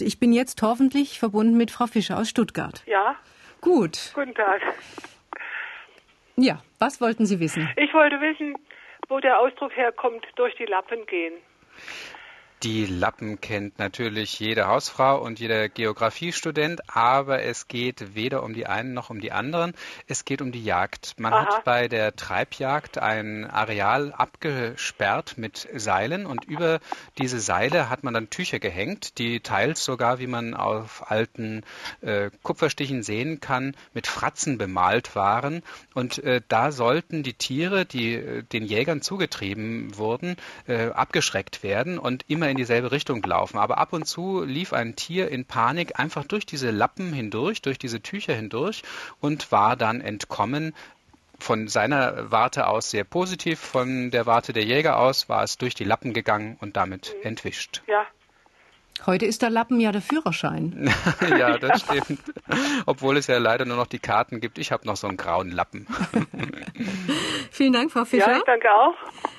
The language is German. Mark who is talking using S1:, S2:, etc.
S1: Ich bin jetzt hoffentlich verbunden mit Frau Fischer aus Stuttgart.
S2: Ja,
S1: Gut.
S2: guten Tag.
S1: Ja, was wollten Sie wissen?
S2: Ich wollte wissen, wo der Ausdruck herkommt, durch die Lappen gehen.
S3: Die Lappen kennt natürlich jede Hausfrau und jeder Geografiestudent, aber es geht weder um die einen noch um die anderen. Es geht um die Jagd. Man
S2: Aha.
S3: hat bei der Treibjagd ein Areal abgesperrt mit Seilen und über diese Seile hat man dann Tücher gehängt, die teils sogar, wie man auf alten äh, Kupferstichen sehen kann, mit Fratzen bemalt waren. Und äh, da sollten die Tiere, die äh, den Jägern zugetrieben wurden, äh, abgeschreckt werden und immer in dieselbe Richtung laufen. Aber ab und zu lief ein Tier in Panik einfach durch diese Lappen hindurch, durch diese Tücher hindurch und war dann entkommen. Von seiner Warte aus sehr positiv, von der Warte der Jäger aus war es durch die Lappen gegangen und damit entwischt.
S2: Ja,
S1: Heute ist der Lappen ja der Führerschein.
S3: ja, das stimmt. Obwohl es ja leider nur noch die Karten gibt. Ich habe noch so einen grauen Lappen.
S1: Vielen Dank, Frau
S2: ja,
S1: Fischer.
S2: ich danke auch.